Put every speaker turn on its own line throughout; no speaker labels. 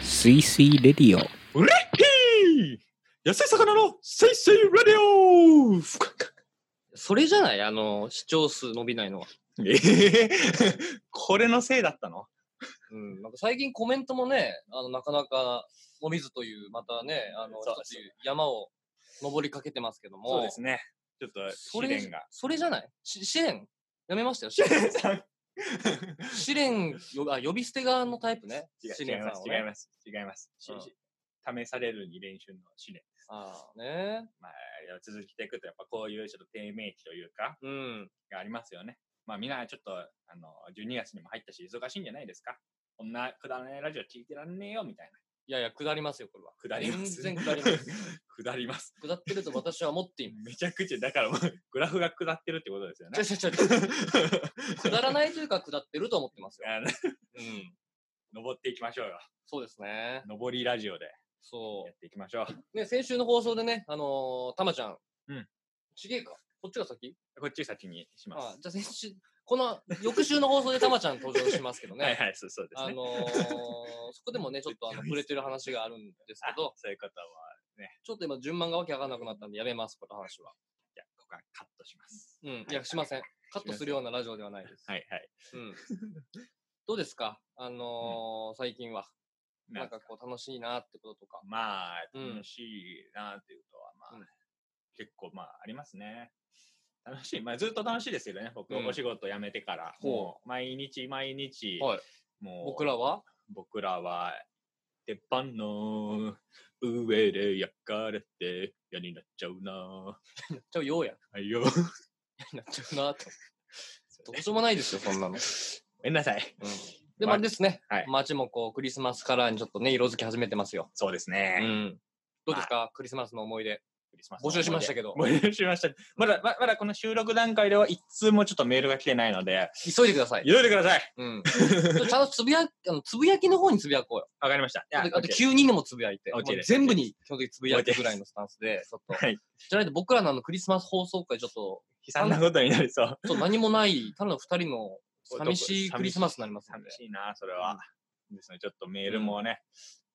スイスイレディオ。
うれっひー安い魚のせいせいラディオ
それじゃないあの、視聴数伸びないのは。
ええこれのせいだったの
うん。なんか最近コメントもね、あの、なかなか伸びずという、またね、あの、
そう
一つ山を登りかけてますけども。
そうですね。ちょっと
そ
試
れ
練が。
それじゃないし試練やめましたよ。試 練試練よあ、呼び捨て側のタイプね。
違
試
い
練さん
ま
は
す、
ね。
違います、違います。
うん
し試されるに練習の試練。
ああ、ね。
まあ、続けていくと、やっぱこういうちょっと低迷期というか、
うん。
がありますよね。まあ、みんなちょっと、あの、12月にも入ったし、忙しいんじゃないですか。こんなくだらないラジオ聞いてらんねえよ、みたい
いやいや、下りますよ、これは。
な。下ります。
全然下ります。
下ります。
下ってると私は思っていま
めちゃくちゃ、だからもう、 グラフが下ってるってこと ですよね。
す。ちょちょちょ。下らないというか、下ってると思ってますよ。
あの
うん。
登っていきましょうよ。
そうですね。
登りラジオで
そ
やっていきましょう。
う。ね、先週の放送でね、あのー、たまちゃん。
うん。
ちげえか。こっちが先
こっち先にしま
あ
す。
じゃあ先週、この翌週の放送でたまちゃん登場しますけどね。
はいはい、そうそうです
あ
ね。
のー、そこでもね、ちょっ とあの触れてる話があるんですけど
あ、そういう方は、
ちょっと今順番がわけわかんなくなったんでやめます、この話は。
じゃあ、ここはカットします。
うん。いや、しません。カットするようなラジオではないです。
はいはい。
うん。どうですかあのー最近は。
な
なんん
か
かこう楽しいなってこととか。
まあ、
うん
楽しいなっていうことは、ま
う
あ
ん、
結構まあ、ありますね。楽しい。まあ、ずっと楽しいですよね。僕、
うん
お仕事辞めてから。
ほう
もう、毎日毎日、
はい。
もう、
僕らは
僕らは、鉄板の上で焼かれて嫌になっちゃうな
ちょ、ようや。
はいよ。
なっちゃうなと。どうしようもないですよ、そんなの。
ごめんなさい。
で、まあですね、
はい
街もこう、クリスマスカラーにちょっとね、色づき始めてますよ。
そうです
う
ね。
ん。どうですか、クリスマスの思い出。
クリスマス
募集しましたけど
募集しました。まだ、ままだこの収録段階では一通もちょっとメールが来てないので、
急いでください。
急いでください。
うん。ちょちゃんとつぶや、あのつぶやきの方につぶやこうよ。
わかりました。いや
あと、あと
OK
急にでもつぶやいて。
OK
もう
です
全部に基本的につぶやくぐらいのスタンスで、ちょっと。
はい
じゃないと僕らのあのクリスマス放送会ちょっと、
悲惨なことになりそう。
ちょっと何もない、ただの二人の寂しいクリスマスになりますので
寂。しいな、それは。ですので、ちょっとメールもね、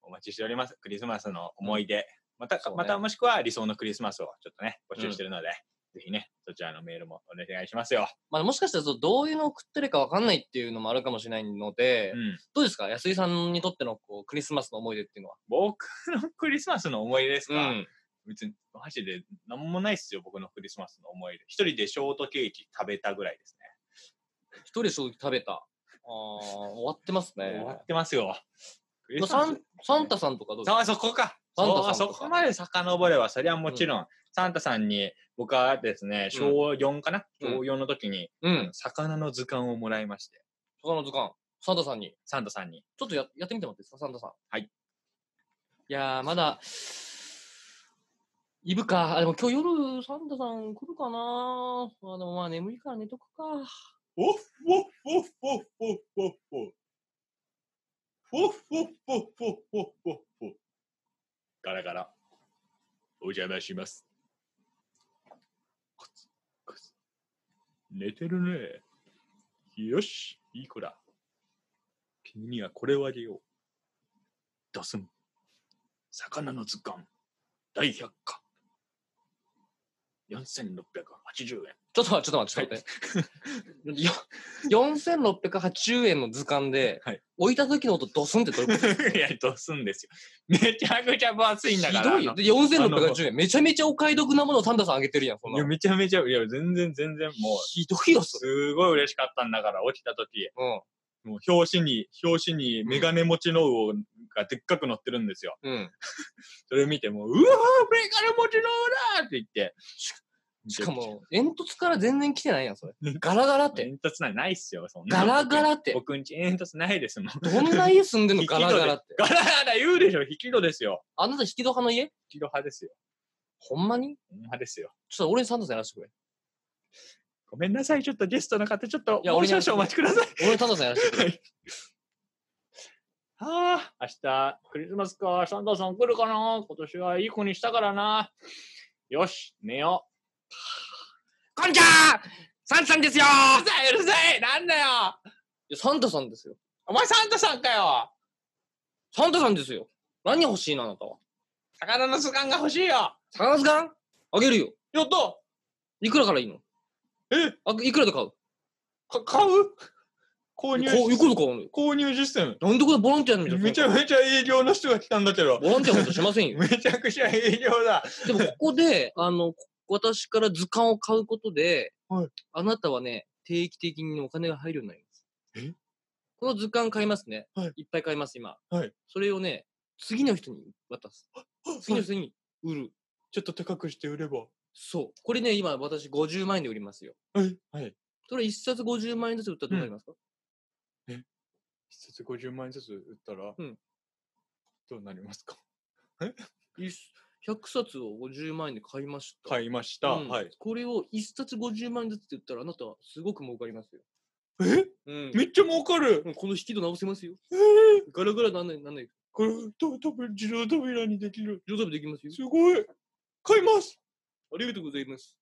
お待ちしております。クリスマスの思い出。また、
そうね
またもしくは理想のクリスマスをちょっとね、募集してるので、ぜひね、そちらのメールもお願いしますよ。
まあもしかしたらそうどういうのを送ってるかわかんないっていうのもあるかもしれないので、
うん。
どうですか安井さんにとってのこうクリスマスの思い出っていうのは。
僕のクリスマスの思い出ですか、
うん。
別に、マジで何もないっすよ、僕のクリスマスの思い出。一人でショートケーキ食べたぐらいですね。
一人で正直食べた。ああ、終わってますね
終。わってますよ。クリ
まあ
ス
サ
マス
ンサンタさんとかどうですか
あ、そこか。
サンタさん
そう
と
そ
か
こまで遡れば、それはもちろん、サンタさんに、僕はですね、
うん
小4かな、
うん
小4の時に、
うん。
魚の図鑑をもらいまして、
そこの図鑑。サンタさんに。
サンタさんに。
ちょっとややってみてもらっていいですか、サンタさん。
はい。
いやー、まだ、いぶか。あ、でも今日夜、サンタさん来るかなまあでもまあ眠いから寝とくか。
おっおっおっおっおっおっおっおっおっおっおっおっおっおっガラガラ。お邪魔します。コツコツ寝てるね。よし、いい子だ。君にはこれをあげよう。ドスン。魚の図鑑。第100巻。4680円。
ちょっと待って、ちょっと待って、ちょっと待って。よ4680円の図鑑で、
はい
置いた時の音ドスンってどういう こと
いや、どうすんですよ。めちゃくちゃ分厚いんだ
ひ
から。
どいよ。
あ
で、4680円。めちゃめちゃお買い得なものをサンタさんあげてるやん、そん
のい
な
や、
の。
めちゃめちゃ、いや、全然全然も
ひどいよ、
う、
それ。
すごい嬉しかったんだから、起きた時、
うん。
もう表紙に、表紙にメガネ持ちの魚がでっかく載ってるんですよ。
うん。
それ見てもう、うわーメガネ持ちの魚だって言って。
しかも、煙突から全然来てないやん、それ。ガラガラっ
めちゃ
て。
くちゃ、煙突なんてないっすよ、そんな
ガ
の。
ラガラって。
僕んち煙突ないですもん。
どんな家 住んでんの、
引き戸
ガ
で
ラガラって。
ガラガラ言うでしょ、引き戸ですよ。
あなた引き戸派の家
引き戸派ですよ。
ほんまに
ほんまですよ。
ちょっと俺にサンタさんやらせてくれ。
ごめんなさい、ちょっとゲストの方、ちょっと、
いや
もう
俺に
少々お待ちください。
俺にサンタさんやらせてくれ。
ああ、明日クリスマスか、サンタさん来るかな。今年はいい子にしたからな。よし、寝よ
こんちゃんサンタさんですようるさいうるさいなんだよいや、サンタさんですよ。お前サンタさんかよサンタさんですよ。何欲しいのあなたは。魚の図鑑が欲しいよ魚の図鑑あげるよ。やったいくらからいいのえあいくらで買う
う。か買う購
こう
入
いくらで買うのよ。
購入システム。
なんでこれボランティアなんじゃん
めちゃめちゃ営業の人が来たんだけど。
ボランティアのことしませんよ。
めちゃくちゃ営業だ。
でもここで、あの、こ私から図鑑を買うことで、
はい
あなたはね、定期的にお金が入るようになります。
え
この図鑑買いますね。、
はい
っぱい買います、今。
はい
それをね、次の人に渡す。次の人に売る。
ちょっと高くして売れば。
そう。これね、今私50万円で売りますよ。
はい。はい。
それ1冊50万円ずつ売ったらどうなりますか、
一冊50万円ずつ売ったら、
うん
どうなりますか
いっ ?100 冊を50万円で買いました。
買いました。
うん
はい。
これを1冊50万円ずつって言ったらあなたはすごく儲かりますよ。
え
うん。
めっちゃ儲かる、
うんこの引き戸直せますよ。
えー
ガラガラなんない、なんない。
これ、た多分自動扉にできる。
上手できますよ。
すごい買います
ありがとうございます。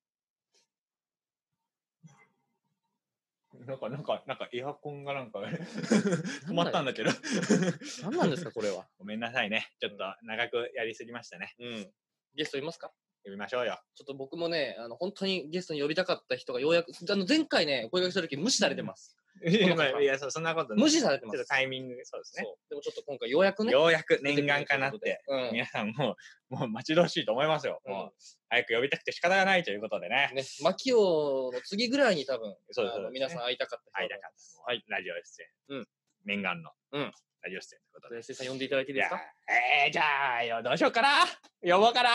なんか、なんか、なんかエアコンがなんか 止まったんだけど。
何なんですか、これは。
ごめんなさいね。ちょっと長くやりすぎましたね。
うん。ゲストいますか
呼びましょうよ。
ちょっと僕もね、あの、本当にゲストに呼びたかった人がようやく、あの、前回ね、お声掛けした時無視されてます。
い
や まあい
や、そんなこと
無視されてま
ちょっと
す。
タイミング、そうですね。
そう。でもちょっと今回ようやくね。
ようやく念願かなって、
うん。ね、
皆さんもう、 もう待ち遠しいと思いますよ。もう、早く呼びたくて仕方がないということでね。
マキオの次ぐらいに多分、
そうですそう
あ
で
の
す
皆さん会いたかった人
会いたかった。はい、ラジオ出演。
うん。
念願の。
うん。
ラジオ出演ということで。
大生さん呼んでいただいていい
い
で
や
すか
えー、じゃあよ、どうしようかな。呼ぼうかな。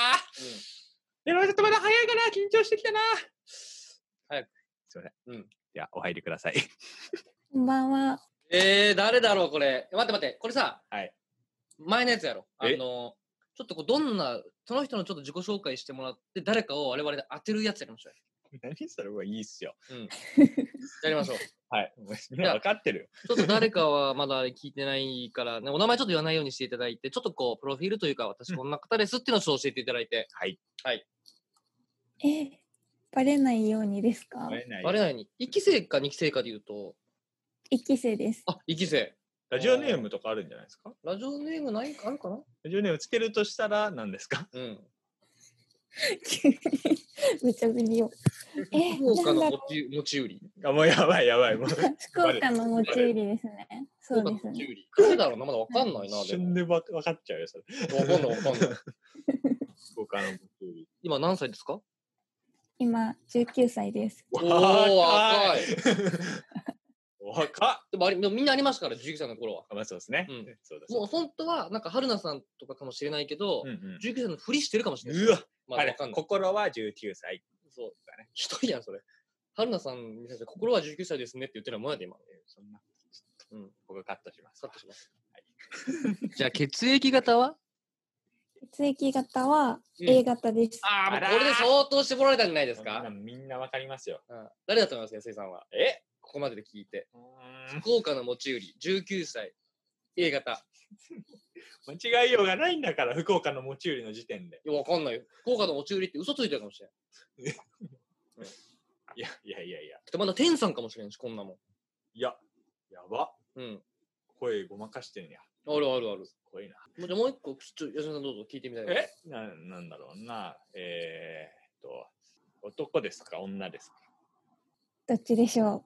でもちょっとまだ早いかな。緊張してきたな。
早く。
すいません。
うん。
じゃあ、お入りください。
こんばんは。
えー、誰だろう、これ。待って待って、これさ、
はい
前のやつやろ。あ
え
の、ちょっとこう、どんな、その人のちょっと自己紹介してもらって、誰かを我々で当てるやつやりましょ
何それはいいっすよ。
う。うん。 やりましょう。
はい。みんなわかってるよ。
ちょっと誰かはまだ聞いてないからね、お名前ちょっと言わないようにしていただいて、ちょっとこう、プロフィールというか、私こんな方ですっていうのをちょっと教えていただいて、
はい。
え、バレないようにですか
バレない
我々に、1期生か2期生かで言うと、
一期生 です。
あ、1期生。
ラジオネームとかあるんじゃないですか
ラジオネームないあるかな
ラジオネームつけるとしたら何ですか
うん。
急に無茶ぶりを。え、
福岡の
なんだ
持ち持ち売り。
あ、もうやばいやばい。 もう
福岡の持ち売りですね。
福
そう
岡の
です
持ち
ね。
売り。誰だろうなまだわかんないな、
一
でも。
瞬でわわかっちゃうよ、それ。
わかんないわかんない。
福岡の僕より
今何歳ですか
今、19歳です。
おー
若
若い
い若っ
でもあれでもみんなありましたから、19歳の頃は。
あまあそうですね。
うん
そうです。
もう本当は、なんか春菜さんとかかもしれないけど、
うんうん
19歳のふりしてるかもしれない。
うわ、
まだ
あれ
わかんない。
心は19歳。
そうだね。一人やん、それ。春菜さんに対して、心は19歳ですねって言ってるのはもやで今。
そんな、
うん。
ここカットします
カッ。トします。 じゃあ、血液型は
血液型は
うん
A 型です。
ああ、もう
あらー
これで相当絞られたんじゃないです
そんな
か
のみんなわかりますよ。
うん。誰だと思います、安井さんは。
え
ここまでで聞いて。
うーん
福岡の持ち売り、19歳、A 型。
間違いようがないんだから、福岡の持ち売りの時点で。
いや、わかんないよ。福岡の持ち売りって嘘ついてるかもしれない。
いやいやいやいや。
だってまだ天さんかもしれんし、こんなも
いや、やば。
ん。うん。
声ごまかしてんや。
あるあるある。
怖いな。
もうじゃあもう一個、ちょっと、吉野さんどうぞ聞いてみたいな。
えななんだろうな。えー、っと、男ですか女ですか
どっちでしょ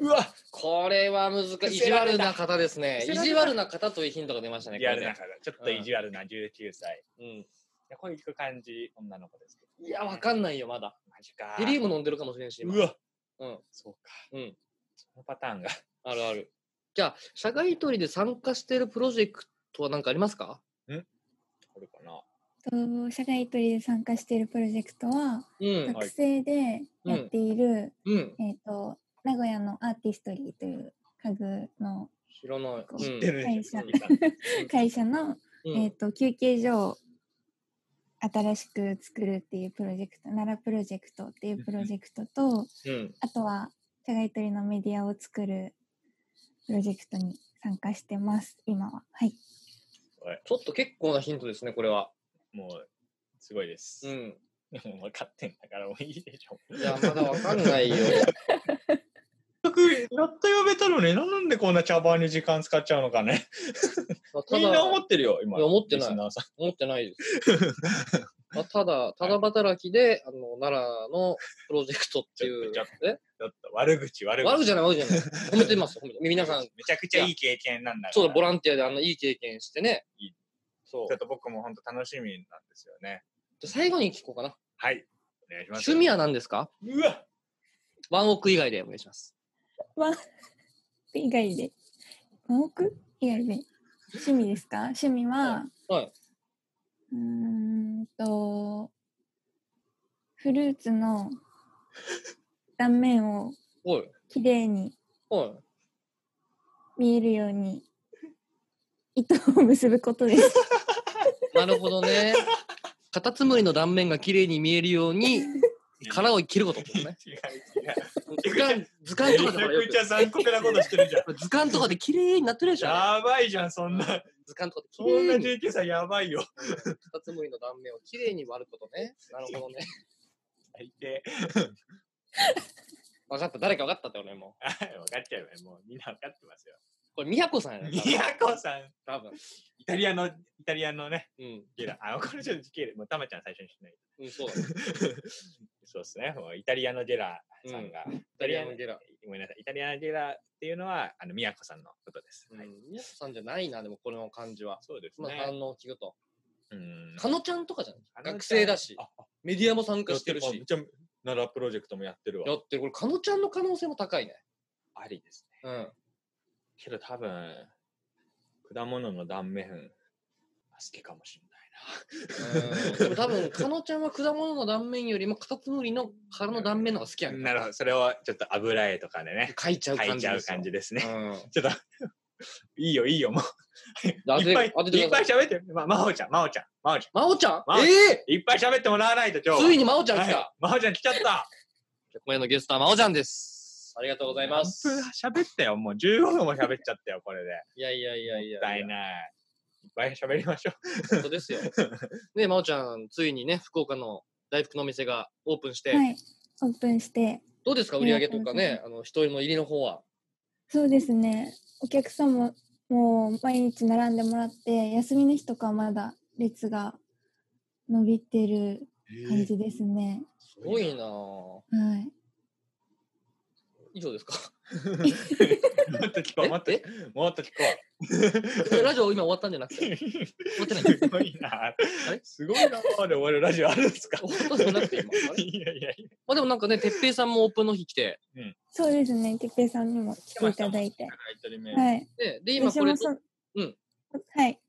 うわ
これは難しい。意
伏せ
地
られた
悪な方ですね。
伏せられ
意
た
地悪な方というヒントが出ましたね。
意地悪
これ
な
ね
方ちょっと意地悪な19歳。
うん。
いやこれ聞く感じ、女の子ですけど。
いや、わかんないよ、まだ。
マジか。
ヘリウム飲んでるかもしれんし。今
うわ
うん。
そうか。
うん。
そのパターンが。
あるある。じゃあ、社外取りで参加してるプロジェクトは何かありますか
これかな。
う。と社外取りで参加しているプロジェクトは、
うん。
学生でやっている、
うん。
えっ、と、名古屋のアーティストリーという家具の
知らない。
こう
うん
出る
会
でしょ
社
そのパターン
会社の
うん
えっ、と休憩所を新しく作るっていうプロジェクト奈良プロジェクトっていうプロジェクトと
うん。
あとは社外取りのメディアを作るプロジェクトに参加してます、今は。はい。
ちょっと結構なヒントですね、これは。
もう、すごいです。
うん。
もう分かってんだから、もういいでしょ。
いや、まだわかんな いよ。
結局、やっと呼べたのに、なんでこんな茶番に時間使っちゃうのかね。
まあた
みんな
だ、
思ってるよ、今。
いや思ってない
リスナーさん
思ってないです。 まあ、ただ、ただ働きで、あの、奈良のプロジェクトっていう
ちょ
や
っ
つで。
ちょっと悪口、悪口。
悪くじゃない、悪くじゃない。褒めてます、褒めて皆さん
め、ちゃくちゃいい経験なんだから
そうだ、ボランティアであんないい経験してね
いい。
そ
ちょっと僕も本当楽しみなんですよね。
う。最後に聞こうかな。
はい。お願いします。
趣味は何ですか
うわ
ワンオク以外でお願いします。
ワン、以外で。ワンオク以外で。趣味ですか趣味は、
はい。
うーんと、フルーツの断面を
おい。
きれいに
おい。
見えるように糸を結ぶことです。
なるほど ね。カタツムリの断面が綺麗に見えるように、殻を切ることですね。
違う違う。
図鑑、図
め
鑑
ちゃ
とかでほらよ
くちゃ残酷なことしてるじゃん。
く、図鑑とかで綺麗になってるでしょ。あれ
やばいじゃん、そんな。
図鑑とかで
そ
綺
んな
麗に。
19歳やばいよ。
カタツムリの断面を綺麗に割ることね。なるほど ね。
最低。
分かった、誰か分かったって俺も。
あ 分かっちゃうよ。もうみんな分かってますよ。
これ、みやこさんやね。
みやこさん、
多分。
イタリアの、イタリアのね、
うん。
ゲラ。あ、これちょっとゲラ。もうたまちゃん最初にしない。
うん、そうだね。
そうですね。もうイタリアのゲラさんが。イ
イタリアのゲラ。
ごめんなさい。イタリアのゲラっていうのは、あの、みやこさんのことです。
う
はい。
んみやこさんじゃないな、でもこの感じは。
そうです
まあ、
ね。
反応聞くと。
うん
かのちゃんとかじゃない学生だし、
ああ
メディアも参加してる
やって
し
る。あめっちゃ奈良プロジェクトもやってる
や
わ。
ってる、これ、かのちゃんの可能性も高いね。
ありですね。
うん。
けど多分、果物の断面、好きかもしれない
う んでも多分、かのちゃんは果物の断面よりもカタツムリの殻の断面の方が好きやんか。
なるほど。それをちょっと油絵とかでね、
書いちゃう
描
感
い
じ
ちゃ
で
う
すよ。
感じですね。
うん。
ちょっと、いいよ、いいよ、もう。いっ
当
ぱ
て
い、
て
いっぱ
当ててくだ
い喋って、ま、まほちゃん、まほちゃん、まほち
まおちゃん
まお
え
ゃん。いっぱい喋ってもらわないと、
え
今日は。
ついにまおちゃん来
はい
た。
まほちゃん来ちゃった。
今夜のゲストはまおちゃんです。ありがとうございます。
何分喋ったよ、もう15分も喋っちゃったよ、これで。
いやいやいやいや。
もったいない。いっぱい喋りましょう。
本当 ですよ。ねまおちゃん、ついにね、福岡の大福のお店がオープンして、
はい。オープンして、
どうですか、売り上げとか
あり
ね、あの、人の入りの方は。
そうですね。お客さんももう毎日並んでもらって、休みの日とかはまだ列が伸びてる感じですね。
すごいなぁ
はい。
以上ですか。
もっと聞こう、もっと
え、
もっと聞こ
ラジオ今終わったんじゃなくて。
う。
終わ ってない。
すごいな
れ。
すごいな。で終わるラジオあるん ですか
終わったんじゃなくて、今。あれ
いやいやい
まあでもなんかね、てっぺいさんもオープンの日来て、
そうですね。てっぺいさんにも来ていただいて
や。。一人目
はい。
で、で今
私
これ
も、そう。
うん。
はい。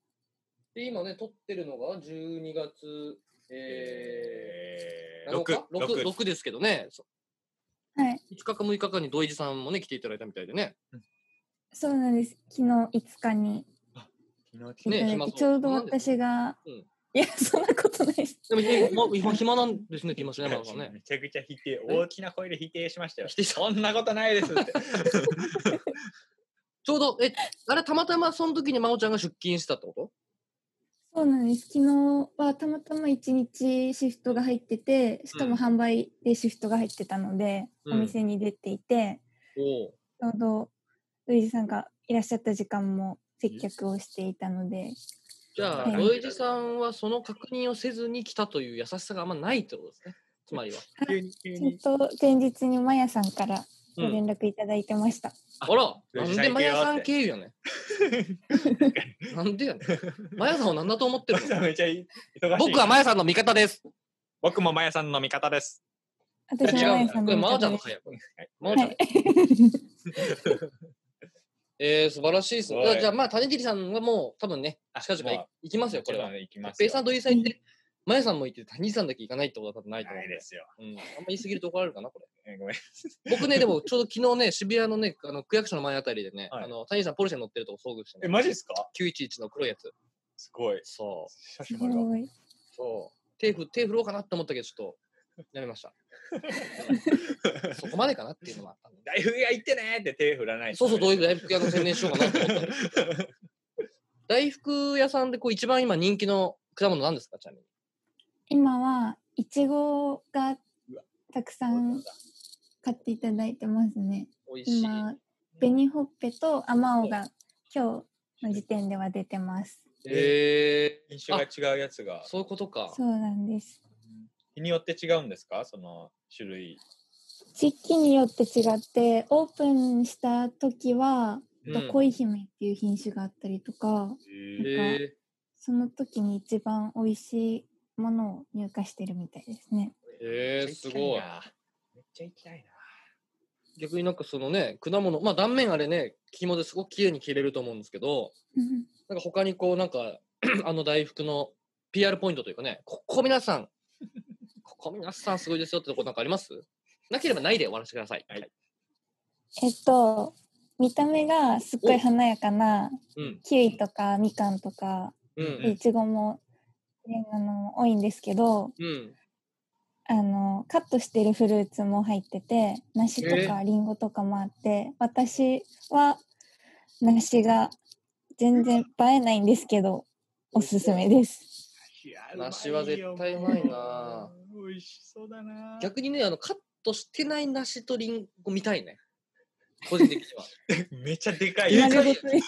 で今ね、撮ってるのが12月、え
え
ー、
ー六
6、
六
6ですけどね、そ
はい。
5日か6日かに土井さんもね、来ていただいたみたいでね。
そうなんです。昨日5日に
昨日
来ていただいて、
ね
ちょうど
暇そう
私が、
うん
いや、そんなことないです。
でも今、今暇なんですねって言いましたね、まだね。
めちゃくちゃ否定、
え
大きな声で否定しましたよ
否。定した
そんなことないですって。
ちょうど、え、あれ、たまたまその時に真央ちゃんが出勤してたってこ
そうなんです。昨日はたまたま1日シフトが入ってて、しか
う
も
ん
販売でシフトが入ってたので、
うん
お店に出ていて、
とお
ちょうど、ルイジさんがいらっしゃった時間も接客をしていたので、
じゃあ、
はい
土井さんはその確認をせずに来たという優しさがあんまないってことですね。つまりは。
急に急に。
ちょっと前日にマヤさんから
う
ご
ん、
連絡いただいてました。
あら、
土
な
井さん行
んでマ
けよ
ヤさ
っ
ん
て
経由やねん。 なんでやねん。マヤさんを何だと思ってるの
めちゃ忙しい。
僕はマヤさんの味方です。
僕もまやさんの味方です。
私
違
もマ
うん
ヤ
だ。
さ
こ
ん
れ、
の
真央ちゃん
で
の
す。
会や。これ真央ち
は
ゃん
い。
えー、素晴らしいですね。
おい
だからじゃあ、まあ、谷尻さんはもう、多分ね、
あ
近々
ま
行
あ
きますよ、これは。
行きます
ペ
よ。
イさんとイさん行って、マヤさんも行って、谷尻さんだけ行かないってことは多分ないと思
な
う
い
んで
で。すよ。
うん。あんま言い過ぎると怒られるかな、これ。
えごめん。
僕ね、でも、ちょうど昨日ね、渋谷のね、あの区役所の前あたりでね、
はい
あの谷尻さん、ポルシェ乗ってるとこ遭遇して
え、
ね、
マジですか
911の黒いやつ。
すごい。
そう。
写
す
真もあるわ
ごい。
そう。手振手振ろうかなって思ったけど、ちょっと、やめました。そこまでかなっていうのはあったんで
大福屋行ってねーって手振らないと
そう
ダ
そう、
メ
どういう
ですよ
大福屋の宣伝しようかなと思ったんですけど。大福屋さんでこう一番今人気の果物なんですかちなみに。
今は、いちごがたくさん買っていただいてますね。
美味しい。
今、紅ほっぺとあまおうが今日の時点では出てます。
え
印象が違うやつが
ー、そういうことか。
そうなんです。
日によって違うんですかその種類
地域によって違って、オープンした時は、
うん
恋姫っていう品種があったりとか、
え
その時に一番美味しいものを入荷してるみたいです ね。
ー、えー、すごい。
めっちゃ行きたいな
逆になんかそのね、果物、まあ断面あれね、肝ですごく綺麗に切れると思うんですけど、なんか他にこうなんか、 あの大福の PR ポイントというかね、ここ皆さん、 ここ皆さんすごいですよってとこなんかありますなければないで終わらせてください。
はい。
えっと、見た目がすっごい華やかな
うん。
キウイとかみかんとか
うん。
うん
いちごも、ねあの多いんですけど
うん。
あのカットしてるフルーツも入ってて梨と
え
かリンゴとかもあって、私は梨が全然映えないんですけどおすすめです。
いや
梨は絶対うまいな
美味しそうだな
逆にね、あの、カットしてない梨とリンゴ見たいね。個人的には。
めっちゃでかい
え
な
や
る
つ
べく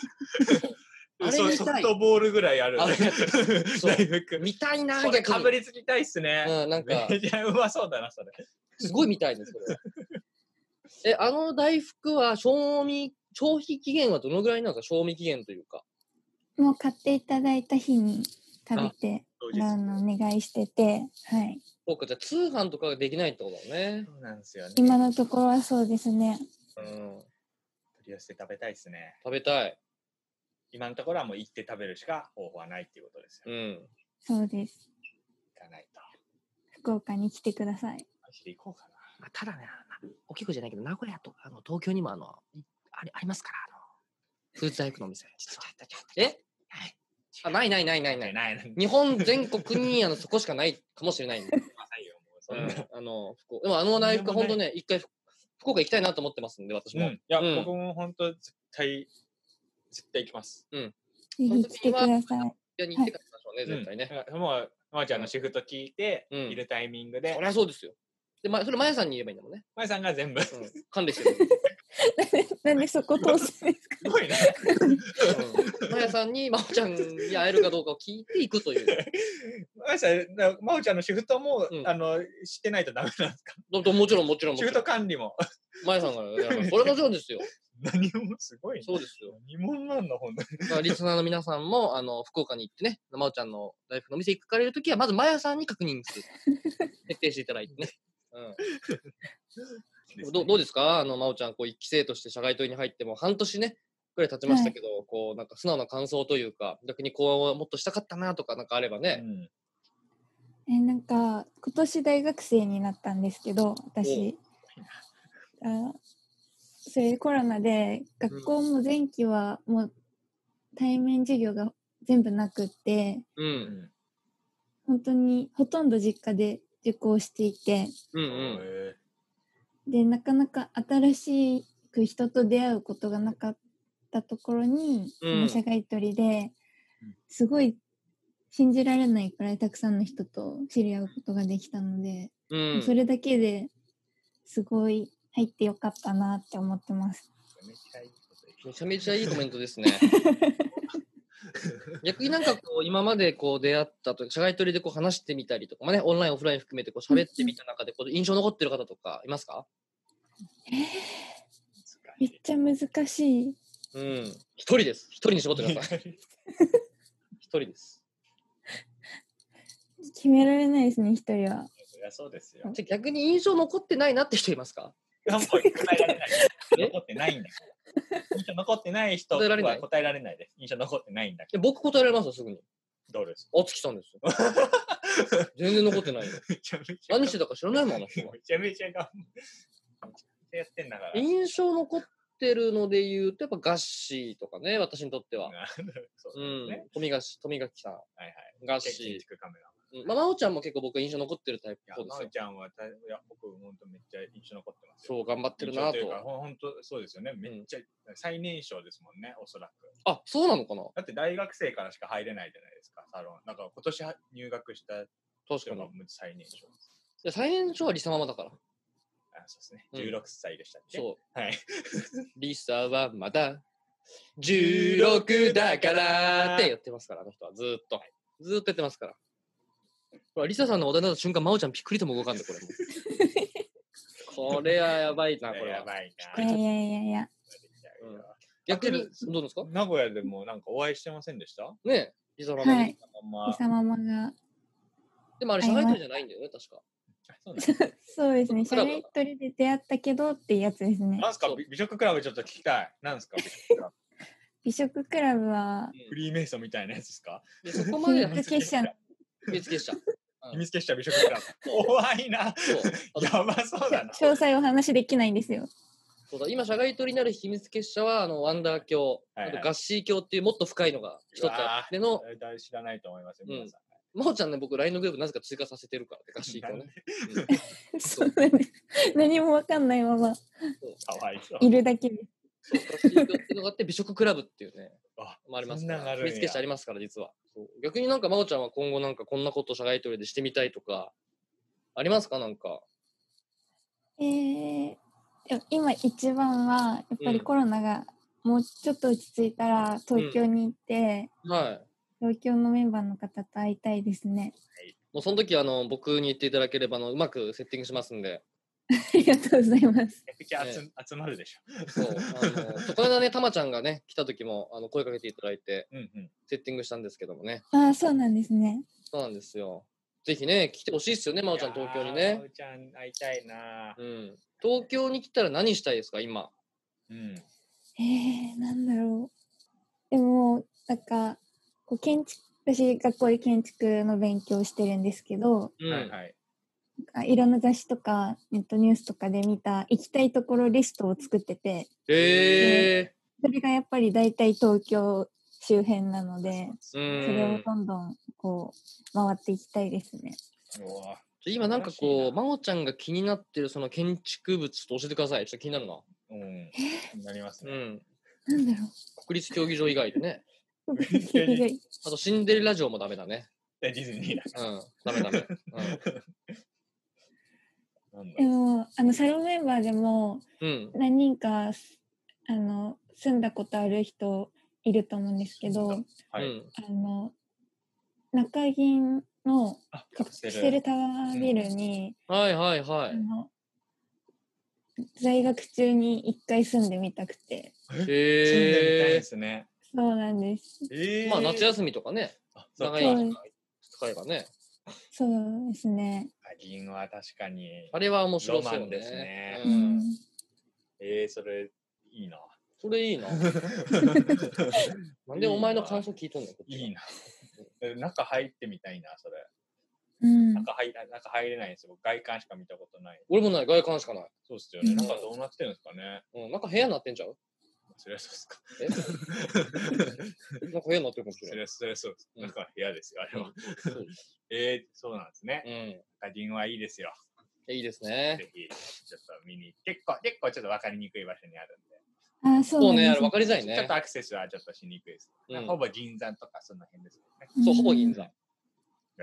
あれ
そう
見
ソ
た
フ
い
トボールぐらいある
あれそう
大福
見たいな
これかぶ
り。
りつきたいっすね
うんなんか
めっちゃうまそうだなそれ
すごい見たいね、それは。え、あの大福は、賞味、消費期限はどのぐらいなんですか賞味期限というか。
もう買っていただいた日に食べて
当日
あのお願いしてて、はい、
そうか、じゃあ通販とかができないってことだね。
そうなんですよね取
今のところはそうですね。
うん。
り寄せて食べたいっすね
食べたい。
今のところはもう行って食べるしか方法はないっていうことですよ、
うん。
そうです
行かないと
福岡に来てください。
マジで行こうかな
まあただね、あの大きくじゃないけど、名古屋とかあの東京にもあのいありありますから、あのフルーツ大福のお店。実はえあないないないないない。
ないない
日本全国にあのそこしかないかもしれないんで、
まさいよもう
う、
そん なん
あの福岡でもあの大福、本当ね、一回福福岡行きたいなと思ってますんで、私
うん
も。
いや、
うん
僕も本当絶対絶対行きます。
ぜひ来てください。
いやに行ってから行きましょうね、絶対ね。
うん。もうまーちゃんのシフト聞いて、
うん
いるタイミングで
そり、ゃそうですよ。で、ま、それ、まやさんに言えばいいんだもんね。
ま、えさんが全部。す
うん、管理 してる。
なんでそこ通すんですか
ごいな。
うんまやさんに、まおちゃんに会えるかどうかを聞いていくという。
まえさん、なまおちゃんのシフトも、
うん
あの知ってないとダメなんですか。
どどもちろん、もちろん、も
シ
ちろ
フト。
ん
管理も
まやさんがやらない、それもちろんですよ。
何もすごい、ね。
そうですよ。
疑問なんだ本当に。
だからリスナーの皆さんも、あの、福岡に行ってね、まおちゃんの大福のお店行かれるときは、まずまやさんに確認する。徹底していただいてね。うん、どうどうですかあの、まおちゃん、こう、一期生として社外取りに入っても、半年ね、くらい経ちましたけど、こう、なんか素直な感想というか、逆にこう、もっとしたかったなとか、なんかあればね。
うん
えなんか今年大学生になったんですけど私あそれでコロナで学校も前期はもう対面授業が全部なくって
う。
うんん。
本当にほとんど実家で受講していて
うん
う
うん。
ん。
でなかなか新しく人と出会うことがなかったところに、
うん
その社外取りで
うん
すごい信じられないくらいたくさんの人と知り合うことができたので、
うん。
それだけですごい入ってよかったなって思ってます。
めちゃいいこと言う
めちゃめちゃいいコメントです ね。逆になんかこう今までこう出会ったと社外取りでこう話してみたりとか、まあね、オンラインオフライン含めてこう喋ってみた中でこう印象残ってる方とかいますか
めっちゃ難しい。
うん一人です一人に絞ってく ださい一人です
決められないですね、一人は。
そりゃそうですよ。
じゃあ逆に印象残ってないなって人いますか
もう答えられない。
え
残ってないんだから。印象残ってない人
答えられな
はい答えられないです。印象残ってないんだか
で僕答えられますよすぐに
ら。どうです
あつきさんですよ全然残ってないよ
めちゃめち
何してたか知らないもんあの人は
めちゃめちゃ頑張めちゃめちゃやってんだから。
印象残ってるので言うとやっぱガッシーとかね私にとっては
なるほどそううです
ん
ね。
富樫富垣さん
はいはい。
ガッ
建
シー
築カメラ
ううんまあ、真央ちゃんも結構僕印象残ってるタイプ
いや、
そうで
な
す
お
よ。
ちゃんはた、いや、僕、本当めっちゃ印象残ってますよ。
そう、頑張ってるな
印象というか、
と。
ほん本当そうですよね。めっちゃ、最年少ですもんね、おそらく。
あ、そうなのかな
だって大学生からしか入れないじゃないですか、サロン。なんか今年は入学した
確か
人
に。
が
い
最年少です。
や最年少はリサママだから。
あ、そうですね。
うん
16歳でしたっけ、
そう。
はい。
リサはまだ16だからってやってますから、あの人はずーっと。ずーっとやってますから。ほら、リサさんのお題になった瞬間、真央ちゃんぴっくりとも動かんで、これ も。これはやばいな、これ
や
は。
ばい
いや
な。
いやいやいや。
うん逆に、どうですか
名古屋でもなんかお会いしてませんでした
ねえ、リサママに。
はい。
あんま
イ。サママが。
でもあれ、社会人じゃないんだよね、確か。
あそうなんですね
そうですね。
ク
シ
ラ
ャ
ブ
レトリで出会ったけどっていうやつですね。
なんすか
そう
美美食クラブちょっと聞きたい。なん すか美食クラブ
美食クラブは
フリーメイソンみたいなやつですか
でそこま
秘
で
密結社の
見つ けした。うん
秘密結社美食クラ ブ。怖いな。
そう。あと
やばそうだな。
詳細をお話しできないんですよ。
そうだ今、社外取りになる秘密結社は、あの、ワンダー教、
はいはい
あとガッシー教っていうもっと深いのが一つあっての、
大体知らないと思いますよ、
うん
皆さん。
真央ちゃんね、僕、LINE のグループなぜか追加させてるからね、 ガッシー教
な
ね
ん。
そうなんです。何もわかんないまま
かわいそう。
いるだけです。
そうガッシー教っていうのがあって、美食クラブっていうね、
あ
もあります
そん
か
なのがあ
ら、
る
秘
んや
密結社ありますから、実は。そう逆になんか、真央ちゃんは今後なんか、こんなこと社外取りでしてみたいとか、ありますかなんか。
えー、でも今一番はやっぱ
うん
りコロナがもうちょっと落ち着いたら東京に行って、
はい。
東京のメンバーの方と会いたいですね。
もうその時はあの僕に言っていただければあのうまくセッティングしますんで、
ありがとうございます。
めちゃくちゃ集集まるでしょ。
そうあ のそうこの間ね、たまちゃんがね、来た時もあの声かけていただいて、
うんうん。
セッティングしたんですけどもね、
ああ、そうなんですね。
そうなんですよ。ぜひね、来てほしいですよね、真央ちゃん、東京にね
ま。おちゃん会いたいな。
うん、東京に来たら何したいですか、今。
うん。
えー、なんだろう。でも、なんか、こう建築、私学校で建築の勉強してるんですけど、
うん
はいはい。
あいろんな雑誌とかネットニュースとかで見た行きたいところリストを作ってて、
え
それがやっぱり大体東京周辺なので、
ー、う
それを
ん。
どんどんこう回っていきたいですね。
うわ
今なんかこう、真央ちゃんが気になってるその建築物、ちょっと教えてください。ちょっと気になるな。
うん。なります
う
ね。
ん。
なんだろ
国立競技場以外 でね。
う。
あと、シンデレラ城もダメだね。
でディズニーだ。
うん。ダメダメ。
なんだ
でも、あの、サロンメンバーでも
うん。うん。
何人か、あの、住んだことある人いると思うんですけ
住
ど、
は
う
い。
ん
あの、中銀の
あ、
カ
カ
プ
プ
セ
セ
ル
ル。
タワービルに、
はいはいは
あ
い。
の、在学中に一回住んでみたくて。
住んでみたい
へ
で
え
すね。
そうなんです。
ええ。
まあ夏休みとかね、
あそう
長
か
い
そ
期
うで
間使えばね。
そうですね。
銀は確かに。
あれは面白そ
ロ
う
マ
よ
ンです
ね
ね。
う
うんん。
ええ、それ、いいな。
それい いな。なんでお前の感想聞いとんのこっちはい
いな。え中入ってみたいな、それ。
うん。
中入ら中入れないんですよ。外観しか見たことない。
俺もない、外観しかない。
そうっすよね。
うん
なんかどうなってるんですかね。
うん、なんか部屋になってんちゃう
そりゃそうっすか。
えなんか部屋になってるかもし
そ
れな
り
い。
ゃそりゃそうっす。
うん
なんか部屋ですよ、あれは。
そう
ええそうなんですね。
うん。
中銀はいいですよ。
いいですね。
ぜひ、ちょっと見に。結構、結構ちょっと分かりにくい場所にあるんで。
あ、そう
そう
な
んね、
で
あ
す
れ分かりづらい
ちょっ
ね
と。アクセスはちょっとしにくいです。
うん
ほぼ銀座とかその辺ですもんね。
そう、ほぼ銀座。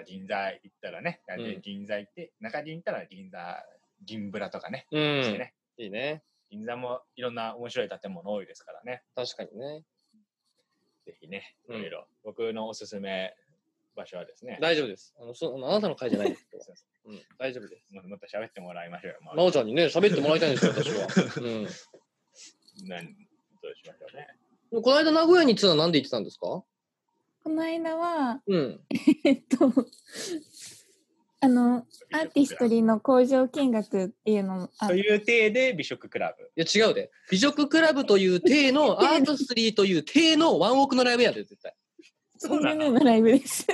銀座行ったらね、
うん
銀座行って、中銀行ったら銀座、銀ブラとかね、
う
して
ん。
ね。
いいね。
銀座もいろんな面白い建物多いですからね。
確かにね。
ぜひね、い
うん
ろいろ。僕のおすすめ場所はですね、
大丈夫です。あの、そあのあなたの会じゃないですけど
すいませ
うん、大丈夫です。
んもっと喋ってもらいましょうよ。まあ
真央ちゃんにね、喋ってもらいたいん ですよ、私は。うん。
なんどうしましょうね。
でもこの間名古屋に行ってたのはなんで行ってたんですか
この間は、
うん。
えっと、あの、アーティストリーの工場見学っていうのも、あ
という体で美食クラブ。
いや違うで。美食クラブという 体の、アートスリーという体のワンオクのライブやで、絶対。
そうなのライブです。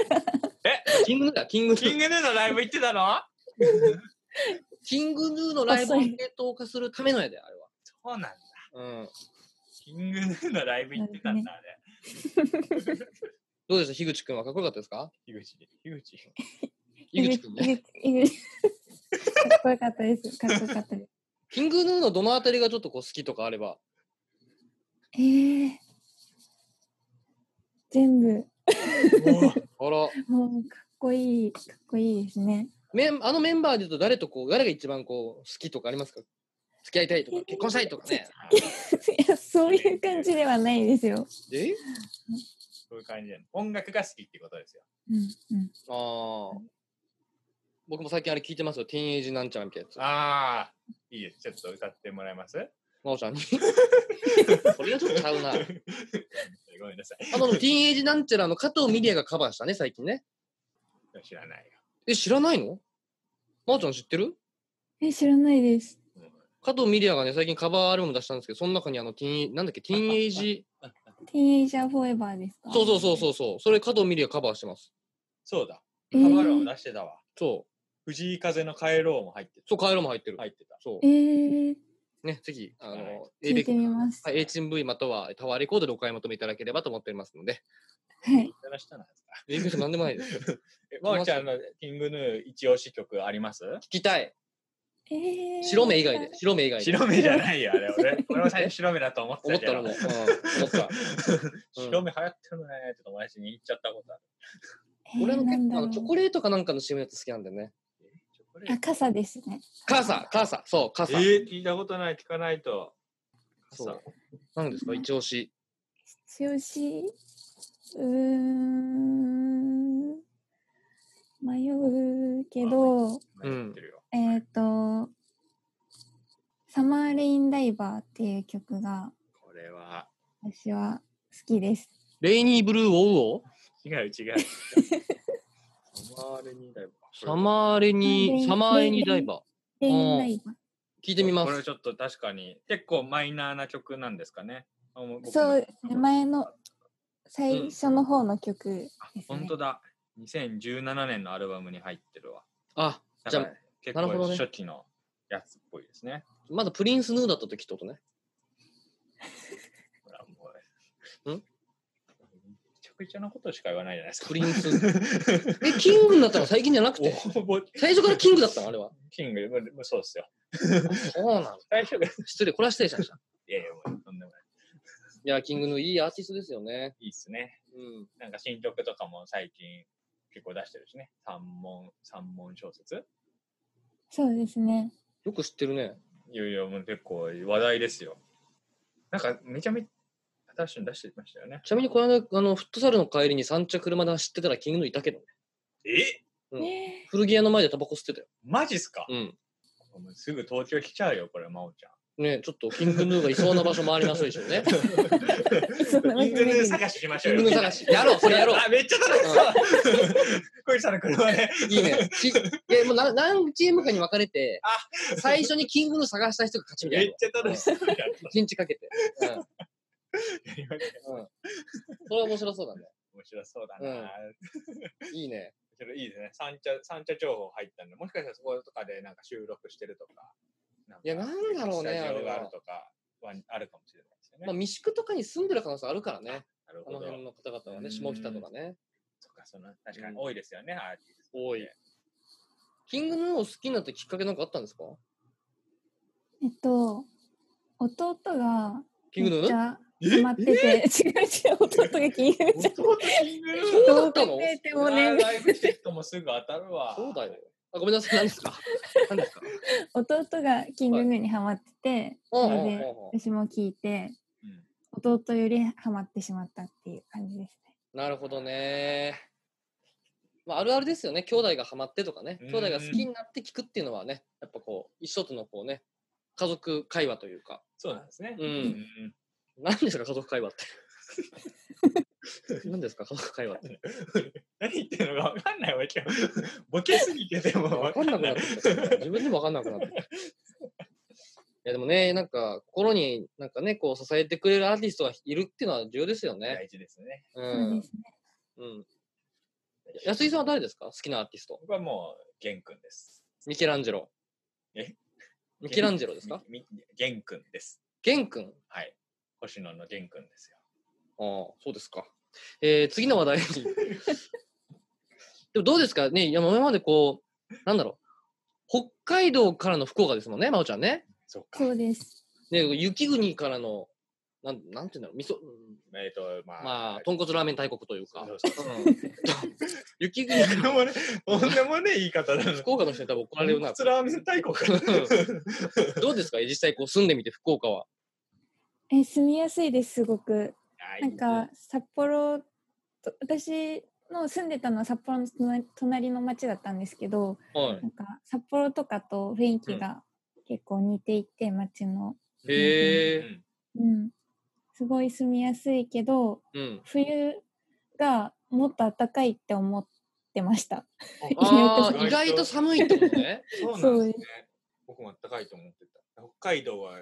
キングヌーだ、キングヌ
キン
ー。
グヌーのライブ行ってたの
キングヌーのライブを正当化するためのやで、あれ
そうなんだ。
は。うん。
キングヌーのライブ行ってたんだ、あれ。
どうでした樋口くんはかっこよかったですか
樋口、樋口。
井口くんね。
井口井口かっこよかったです。かっこよかったです。
キングヌーのどのあたりがちょっとこう好きとかあれば。
えー、全部、
あら、
もうかっこいい、かっこいいですね。
メンあのメンバーで言うと誰とこう、誰が一番こう、好きとかありますか付き合いたいとか、結婚したいとかね。
いや、そういう感じではないですよ。
で
そういう感じで。音楽が好きってことですよ。
うんうん。
ああ。僕も最近あれ聞いてますよ。ティーンエイジなんちゃらみたいなやつ。
ああ、いいです。ちょっと歌ってもらえます
真央ちゃんに。それはちょっとちゃうな。あ
ごめんなさい。
の、ティーンエイジなんちゃらの加藤ミリアがカバーしたね、最近ね。
知らないよ。
え、知らないの真央ちゃん知ってる
え、知らないです。
加藤ミリアがね、最近カバーアルバム出したんですけど、その中にあの、ティーン、なんだっけ、ティーンエイジ。
ティーンエイジャーフォーエバーですか
そうそうそうそうそう。それ加藤ミリアカバーしてます。
そうだ。
え
カ
ー
バルを出してたわ。
そ
藤井風の帰ろうも入って
う。そう、カエルも入ってる
た。。入ってた。
そ
え
う。
ー、
ね、ぜひ、あ
はい
の、
聞いてみます
はい HMV またはタワーレコードでお買い求めいただければと思っておりますので。
はい。
やらしたなんですか。
エイベクなんでもないです。 聞
え、まおちゃんのキングヌー一押し曲あります
きたい。
えー、
白目以外で。。白目以外で。
白目じゃないよ、あれ。俺、俺も最初白目だと思って
思
た
っ
け
た
ど。
らもう、うん、思 った。うん
白目流行ってるねーって友達に言っちゃったことある。
えー、
俺も結構あ
な
の
んだ
チョ
ろう
コレートかなんかの CM やつ好きなんだよね。
チョコレ
あ、
ート
傘ですね。
母さん、母さん、そう、母
え
さん。
ー、聞いたことない、聞かないと。
そう。何ですか、一押し。
強し、うーん、迷うけど、
言ってるよ。
えっ、と、サマーレインダイバーっていう曲が
これは。
私は好きです。
レイニーブルーウォウォ
違
ー
う違う。サマーレニーダイバー。
サマーレニー、サマーレニーダイバ
レインダイバー。
ー。聞いてみま
これ
す。
ちょっと確かに結構マイナーな曲なんですかね。あもう僕も
そう、前の最初の方の曲ですね。
本当だ。2017年のアルバムに入ってるわ。
あ、
だ
じ
か
ゃ
ら
あ、
結
なるほ
構
どね
初期のやつっぽいですね。
まだプリンスヌーだった時ってことね。
ほらも
ん
う。めちゃくちゃなことしか言わないじゃないですか。
プリンス。 え、キングになったの最近じゃなくて。
おぼ
最初からキングだったのあれは。
キング、もうもうそうですよ。
そうなの。
最初が。い
失礼、これは失礼しました。
やいや、もうとんでもない。
いや、キングのいいアーティストですよね。
いいっすね。
うん。
なんか新曲とかも最近結構出してるしね。三問、三問小説
そうですね。
よく知ってるね。
いやいや、もう結構話題ですよ。なんかめちゃめちゃ新しいの出してましたよね。
ちなみに、この間、あの、フットサルの帰りに三着車で走ってたらキングのいたけどね。
え
うん古着屋の前でタバコ吸ってたよ。
マジっすか、
うん。
もうすぐ東京来ちゃうよ、これ、真央ちゃん。
ねちょっとキングヌーがいそうな場所回りましょうでしょ うね。
そんな
キングヌー探ししましょうよ。
キングヌー探しやろうそれやろう
あ、めっちゃ楽し そう。小西さんの車で。
いいね。しいや、もうな何チームかに分かれて、最初にキングヌー探した人が勝ちみた
め
い
っちゃ楽しそうじゃん。
な。一日かけて。うん。
面
それは面白そうだね。
白そうだな。
うんいいね。
それいいですね。三茶、三茶情報入ったんで、もしかしたらそことかでなんか収録してるとか。
いやなんだろう
ス
ね
タジオが
あ
あ
れは
るとかはあるかもしれないですよね。
まあ、未宿とかに住んでる可能性あるからね。
なる
あ
ほ
の
ど。
辺の方々はね、下北とかね。
そっか、その、確かに多いですよね、アーティストって
多い。キングヌーを好きになったきっかけなんかあったんですか
えっと、弟が
キン
め
グ
っ
ヌ
ち
ー
ゃハマってて、違う違う、弟がキングヌー。
弟キングヌー
そうだったの
同級生で
あ
もね
ーライブチケットもすぐ当たるわ。
そうだよ。あ、ごめんなさい。何 ですか何ですか
弟がキングヌーにハマってて、
うんうん
それ
うん
で私も聞いて、
うん。
弟よりハマってしまったっていう感じですね。
うん。なるほどね。まあ、あるあるですよね。兄弟がハマってとかね。
うん
兄弟が好きになって聞くっていうのはね、やっぱこう、一緒とのこうね、家族会話というか。
そうなんですね。
うん
ん。
何ですか、家族会話 って。何ですか、家族会話って。
何言ってるのか分かんないわけよ。ボケすぎてでも
わ
分
かんなくなってきた。自分でもわかんなくなってきた。いやでもね、なんか心になんかね、こう支えてくれるアーティストがいるっていうのは重要ですよね。
大事ですね。
う
そうで
ん。
すね。
うん。安井さんは誰ですか好きなアーティスト。
僕はもう、玄君です。
ミケランジェロ。
え
ミケランジェロですか
みみ玄君です。
玄君。
はい。星野の玄君ですよ。
ああ、そうですか。えー、次の話題に。でもどうですかね、いや今までこう、なんだろう、北海道からの福岡ですもんね、真央ちゃんね。
そっか。
そうです。
ね雪国からの、なんなんていうんだろう、味噌、
えっと、まあ。
まあ、豚骨ラーメン大国というか
そ。うそうそう
うん雪国か
とんで
ら
もね、 とんでもねえ言い方 だな。
福岡の人に多分怒られるな
こ。つラーメン大国。
どうですか実際こう住んでみて福岡は。
え、住みやすいです、すごく。
はい
なんか、札幌と、私の住んでたのは札幌の隣隣の町だったんですけど、
はい。
なんか、札幌とかと雰囲気が結構似ていて、町の。
へ
うん
え。
うん。すごい住みやすいけど、
うん。
冬がもっと暖かいって思ってました。
あ
意外
あ、
と
意外と寒いってことね。
そうなんですね。僕もあったかいと思ってた。北海道は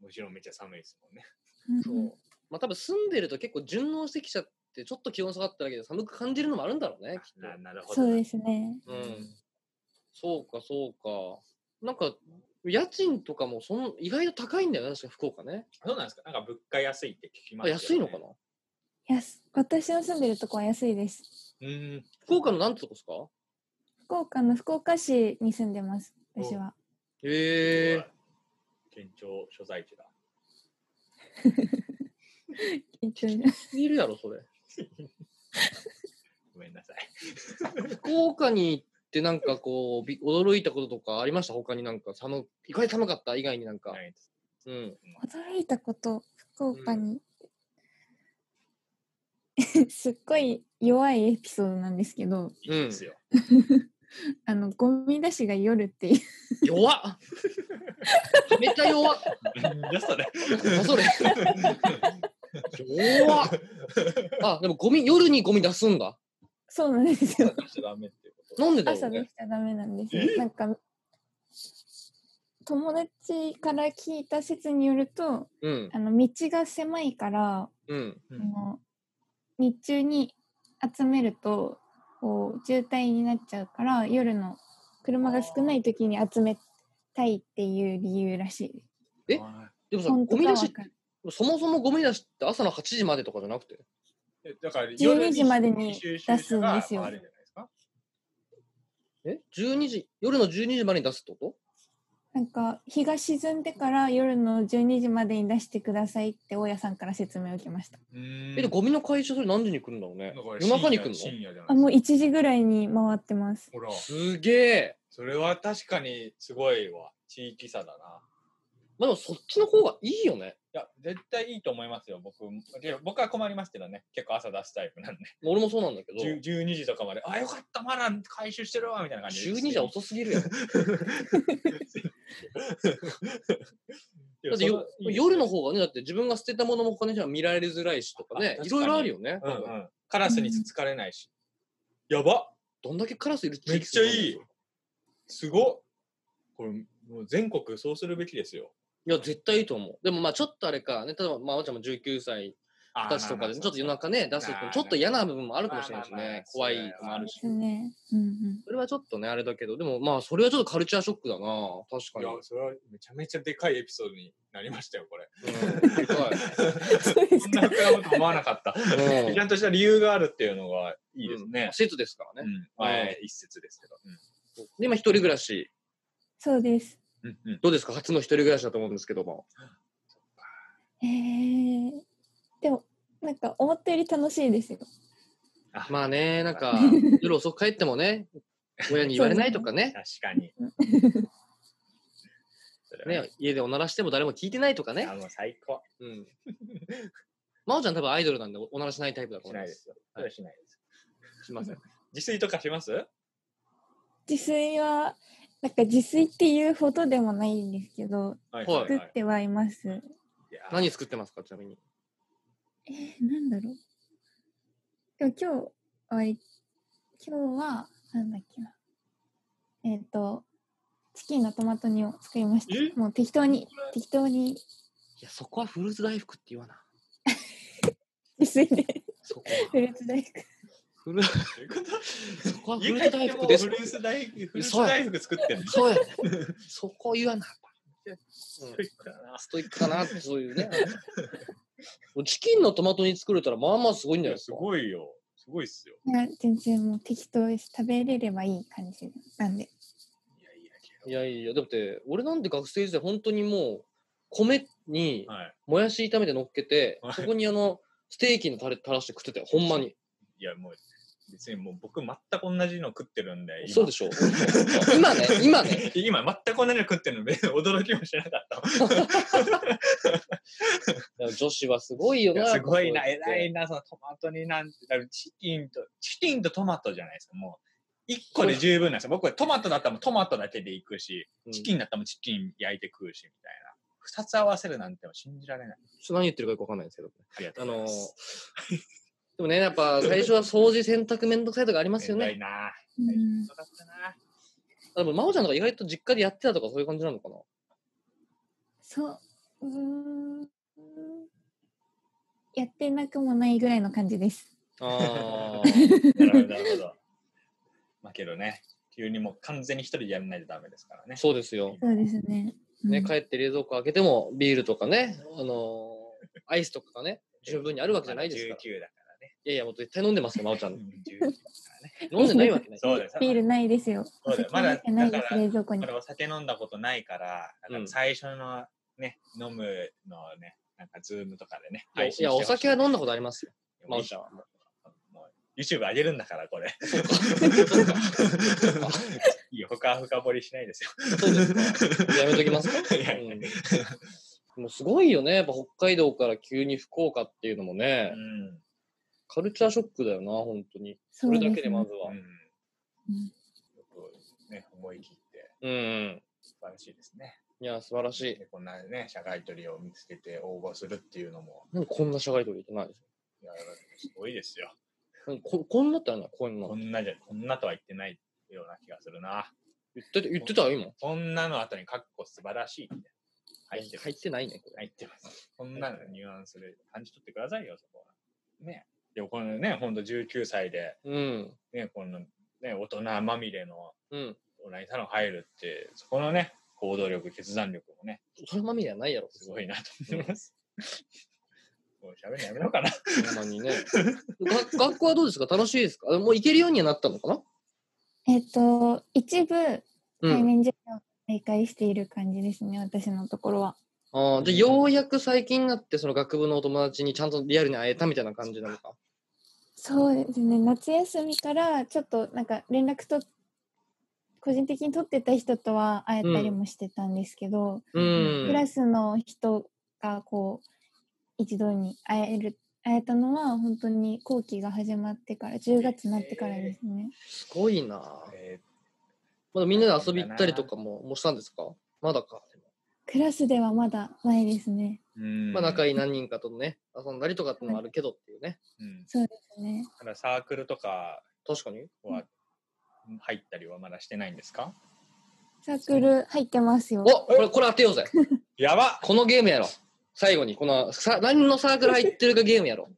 もちろんめっちゃ寒いですもんね。
そう。まあ多分住んでると結構順応してきちゃって、ちょっと気温下がっただけで寒く感じるのもあるんだろうね、きっと。
なるほど。
そうですね。
うん。そうか、そうか。なんか、家賃とかもそん意外と高いんだよね、確か福岡ね。
そうなんですかなんか物価安いって聞きま
あ
す
安いのかな
やす私の住んでるとこは安いです。
うん。
福岡のなんてとこですか
福岡の福岡市に住んでます、私は。
へえ。
県庁所在地だ。
一応
いるやろ、それ。
ごめんなさい。
福岡に行ってなんかこうび驚いたこととかありました他になんか寒意外と寒かった以外になんか、
ないです
うん
驚いたこと、福岡に。 すっごい弱いエピソードなんですけど、
いいですよ。
あの、ゴミ出しが夜っていう。
弱っめっちゃ弱っ
じゃそ れ。
あそれ弱っあでもゴミ夜にゴミ出すんだ
そうなんですよ。
ダメっていうこと。
なんでだろ
朝
う
出
ね
しちゃダメなんですよ。なんか、友達から聞いた説によると、
うん
あの、道が狭いから、
うん
う
あの日中に集めるとこう渋滞になっちゃうから夜の車が少ない時に集めたいっていう理由らしい。
えでもさ
本
ゴ
当
ミ
か
出
わ
し
かん
そもそもゴミ出しって朝の8時までとかじゃなくて
えだから
12時までに出すんですよ
あるんじゃないですか
え12時夜の12時までに出すってこ
なんか日が沈んでから夜の12時までに出してくださいって大家さんから説明を受けました。
う
と
ん
えでゴミの回収それ何時に来るんだろうね
だから
夜中に来るの
深夜じゃな
あ
いです
も
か
う1時ぐらいに回ってます。
ほら、
すげえ
それは確かにすごいわ。地域差だな。
まあでもそっちの方がいいよね
いや、絶対いいと思いますよ。僕、で僕は困りますけどね。結構朝出すタイプなんで。
俺もそうなんだけど
10 12時とかまで、あ、よかった、まだ回収してるわ、みたいな感じで。
12じゃ遅すぎ るやん。だってよ夜の方がね、だって自分が捨てたものも他の人は見られづらいしとかね、
あ
いろいろあるよね。
うんうん、カラスにつつかれないし。やば
どんだけカラスいる
めっちゃい
い
いすごっこれ、もう全国そうするべきですよ。
や、絶対いいと思う。でもまあちょっとあれか、ね、例えば、まあ、あおちゃんも19歳
あ
だしとかで、ちょっと夜中ね、出す
まあまあ
ちょっと嫌な部分もあるかもしれないし
まあまあまあ
ね、怖いのもある
で
し
す。ね。うんうん。
それはちょっとね、あれだけど、でもまあ、それはちょっとカルチャーショックだな確か
い
に
や。、それはめちゃめちゃでかいエピソードになりましたよ、こ れ。
うん怖い
そうで
こ
す
んな
か。
膨らむと思わなかった。
うん
ちゃんとした理由があるっていうのが いいですね。
施設ですから
う
ね。
ん
うん
はい、一説ですけど。
で、今、一人暮らし、
そうです。
うんうん
どうですか初の一人暮らしだと思うんですけども。
えー、でもなんか思ったより楽しいですよ。
まあね、なん か、夜遅く帰ってもね、親に言われないとかね、
確かに。それは
ね家でおならしても誰も聞いてないとかね
あ、。もう最高。
うん。真央ちゃん多分アイドルなんでおおならしないタイプだと
し
思い
ない
ま。
ですすよ。それはしないです。
しません。
自炊とかします
自炊はなんか自炊っていうほどでもないんですけど
はい
はい
作ってはいます。
いや
何作ってますかちなみに。
えー、なんだろう。でも今日は、い今日は、なんだっけな。えっ、と、チキンのトマト煮を作りまし
え
た。もう適当に、適当に
いや、そこはフルーツ大福って言わな。
自炊で
そこ
フ
は。
ルーツ大福。
フルそ
どういうこと
こはフ
家
ル
帰
ー
って
ツ大
も
福です
フ。ルーツ大福、フルーツ
そうや
大福作ってんの
そうやね。そこ言わな。 うん
な
ストイックだなって、そういうね。チキンのトマト煮作れたら、まあまあすごいんじゃないです
す
か。
ごいよ。すごいっすよ。
いや全然もう適当です食べれればいい感じなんで
いやいやけ
いやいや、だって、俺なんて学生時代、本当にもう、米に
ど。はい。
もやし炒めて乗っけて、
はい
そこにあの、ステーキのタレ垂らして食ってたよ、ほんまに。
いやもう別にもう僕全く同じの食ってるんで。今
そう でしょ今ね、今ね。
今全く同じの食ってるので 驚きもしなかった。
いや女子はすごいよ
いや
な。
すごいな、
やっぱそ
偉
うやって
いな、そのトマトになんて、だからチキンと、チキンとトマトじゃないですか、もう。一個で十分なんですよ。僕はトマトだったらもうトマトだけでいくし、
うん
チキンだったらもうチキン焼いて食うし、みたいな。二つ合わせるなんてもう信じられない。
ちょっと何言ってるかよくわかんないんですけど。
ありがと
あ
うござい
の
ま
ー
す。、
でもね、やっぱ最初は掃除、洗濯めんどくさいとかありますよ
めんど
ね
い。な。
う
はい
ん
そうだったな。
あでも、真央ちゃんとか意外と実家でやってたとかそういう感じなのかな
そううーんやってなくもないぐらいの感じです
あ
なる
ー
ほど、なるほど。 まあけどね、急にもう完全に一人でやらないとダメですからね。
そうですよ。
そうですね、うん
ね、帰って冷蔵庫開けてもビールとかね、あのーアイスとかがね、十分にあるわけじゃないですから。い
19だか
やいや、もう絶対飲んでますよ、真央ちゃ
ら
ん。
ね。19だからね。
飲んでないわけない。
そうです。
ビールないですよお
そうだよ
酒
まだ
入ってないで
だか
す
ら
冷蔵庫に
これお酒飲んだことないから、なん
うん
か最初のね、飲むのをね、なんかズームとかでね、
いやいや、お酒は飲んだことありますよ。
と
まおちゃんはも
もう YouTube 上げるんだから、こ れ。いや、他は深掘りしないですよ。
そうですか。やめときますか。
いやいや
うん、もうすごいよね。やっぱ北海道から急に福岡っていうのもね、
うん。
カルチャーショックだよな、本当に。
そ
そうれ
です
だ
ね
けでまずは。
うん。
うん
よくね、思い切って
うん。
素晴らしいですね。
いや、素晴らしい。
でこんなね、社外取りを見つけて応募するっていうのも、
なんでこんな社外取りってないです
いやすごいですよ。
なんかここんなってあるな、こんな
こ。んなじゃ、こんなとは言ってないような気がするな。
言ってた、言ってた今。
そんなの後に、かっこ素晴らしいって。入ってます
入ってないね、これ。
入ってます。こんなのニュアンスで感じ取ってくださいよ、そこは。ね。でもこのね、ほんと19歳で、
うん。
ね、このね、大人まみれの
うん。
オンラインサロン入るって、そこのね、行動力、決断力もね、
それまみれはないやろ。
すごいなと思います。もう喋るのやめようか な。
ほんまにね。が学校はどうですか楽しいですかあもう行けるようにはなったのかな
えっ、と一部
う
対
ん。
面授業を再開している感じですね、私のところは。
ああ、じゃあようやく最近になって、その学部のお友達にちゃんとリアルに会えたみたいな感じなのか。
そうですね夏休みからちょっとなんか連絡と個人的に取ってた人とは会えたりもしてたんですけど、
うん。
クラスの人がこう一度に会える会えたのは本当に後期が始まってから10月になってからですね。
すごいなあ
えー
まだみんなで遊び行ったりとかももうしたんですかまだか。
クラスではまだないですね。
うん
まあ仲いい何人かとね、遊んだりとかってのもあるけどっていうね。
うん
そうですね。
ただサークルとか
確かに。
は入ったりはまだしてないんですか
サークル入ってますよ。
おこれ、これ当てようぜ。
やば
このゲームやろ。最後に、この、さ何のサークル入ってるかゲームやろ。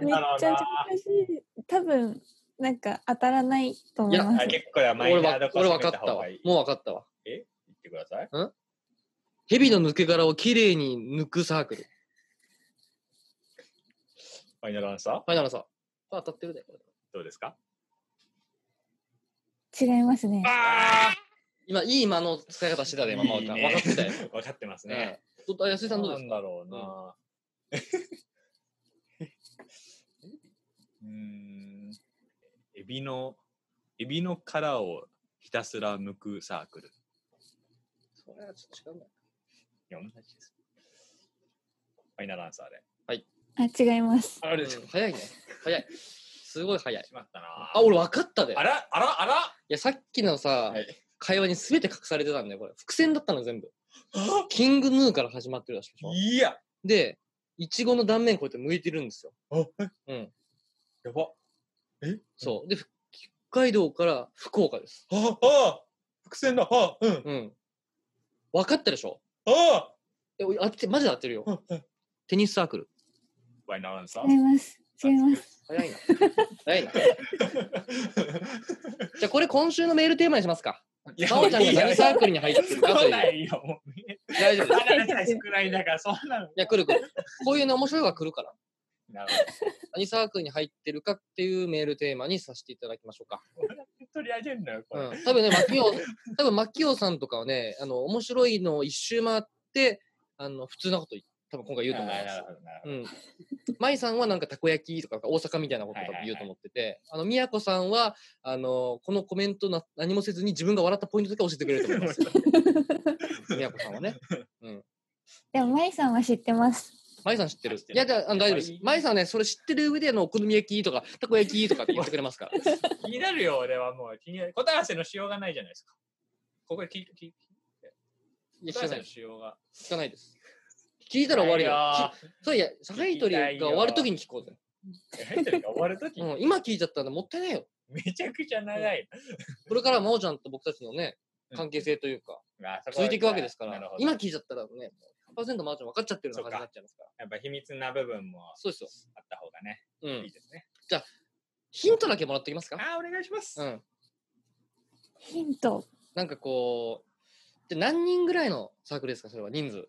めっちゃ難しい。多分なんか当たらないと思いま
あ
す。
結構やマイ
俺
ナー
は
ど、こ
俺
攻
分
め
かったた
方
わ
がいい。。
もう分かったわ。
え言ってください。
蛇の抜け殻をきれいに抜くサークル。
ファイナルアンサー
ファイナルさ。これ当たってるで。
どうですか
違いますね。
あ
今、いい間の使い方してたで、今、真央ちゃん。分かってたよ。
分かってますね
ね。ちょっと、安井さんどうで
な
す
ん
か
だろうな。 うーん。エビの、エビの殻をひたすら剥くサークル。い
それはちょっと違うんだ
や、同じです。ファイナルアンサーで。
あ違います。
あ
うん早いね。早い。すごい早い。
しまったな。
あ、俺分かったで。い
あら、あら、あら
や、さっきのさ、
はい
会話に全て隠されてたんだよ、これ。伏線だったの、全部。
あ
キングヌーから始まってるらしいでしょ。
いや
で、いちごの断面こうやって剥いてるんですよ。
あえ
うん。
やば
そう。で、ふ北海道から福岡です。
ああ伏線だあうん
うん。分かったでしょ
あ
え、おい当てて、マジで当てるよ。
うんうん
テニスサークル。
ファイナルアンサー
違います。違います。
早いな。早いな。じゃあこれ今週のメールテーマにしますか。
いや
なおちゃんが何サークルに入ってるかと
少
い
な
う。
いよ。もう
大丈夫です。
ま
い
だ少ないだから、そんなの。
や、来る来る。こういうの面白いが来るから。
なるほど。
何サークルに入ってるかっていうメールテーマにさせていただきましょうか。
取り上げんなよ、これ。
うん、多分ね、マキオ、多分マキオさんとかはね、あの、面白いのを一周回って、あの、普通なこと、多分今回言うと思いま
あーな
す
る。ほど、なるほ
う
ど。
ん。舞さんはなんかたこ焼きとか大阪みたいなこと
はい
と
はいは
か
い
言うと思ってて、あの、みやこさんは、あの、このコメントな何もせずに自分が笑ったポイントだけ教えてくれると思い ます。みやこさんはね。
でも、まいさんは知ってます。
舞さん知ってる
知っ。てる
いや、じゃああの大丈夫です
いや。まあいい
舞さんはね、それ知ってる上であの、お好み焼きとか、たこ焼きとかって言ってくれますから。
気になるよ、俺はもう。気になる。答え合わせのしようがないじゃないですか。ここで聞い聞い
いや、
答
知
え合
ら
わ
な
せ
い
の。しようが。
聞かないです。聞いたら終わりよ。
は
きそういや、酒井鳥が終わるときに聞こうぜ。
いよ。タイトルが終わるとき
う、ん、今聞いちゃったんでもったいないよ。
めちゃくちゃ長い。
これから真央ちゃんと僕たちのね
う、ん
関係性というか、
あそこは
続いていくわけですか
なる
ら
ほ、ど
今聞いちゃったらね、100%真央ちゃん分かっちゃってるような感じになっちゃいますから。
やっぱ秘密な部分も
そうですよ。
あった方がね、
う
いい
ん。
ですね。
ヒントだけもらってきますか
あー、お願いします。
うん。
ヒント。
なんかこう、で何人ぐらいのサークルですかそれは人数。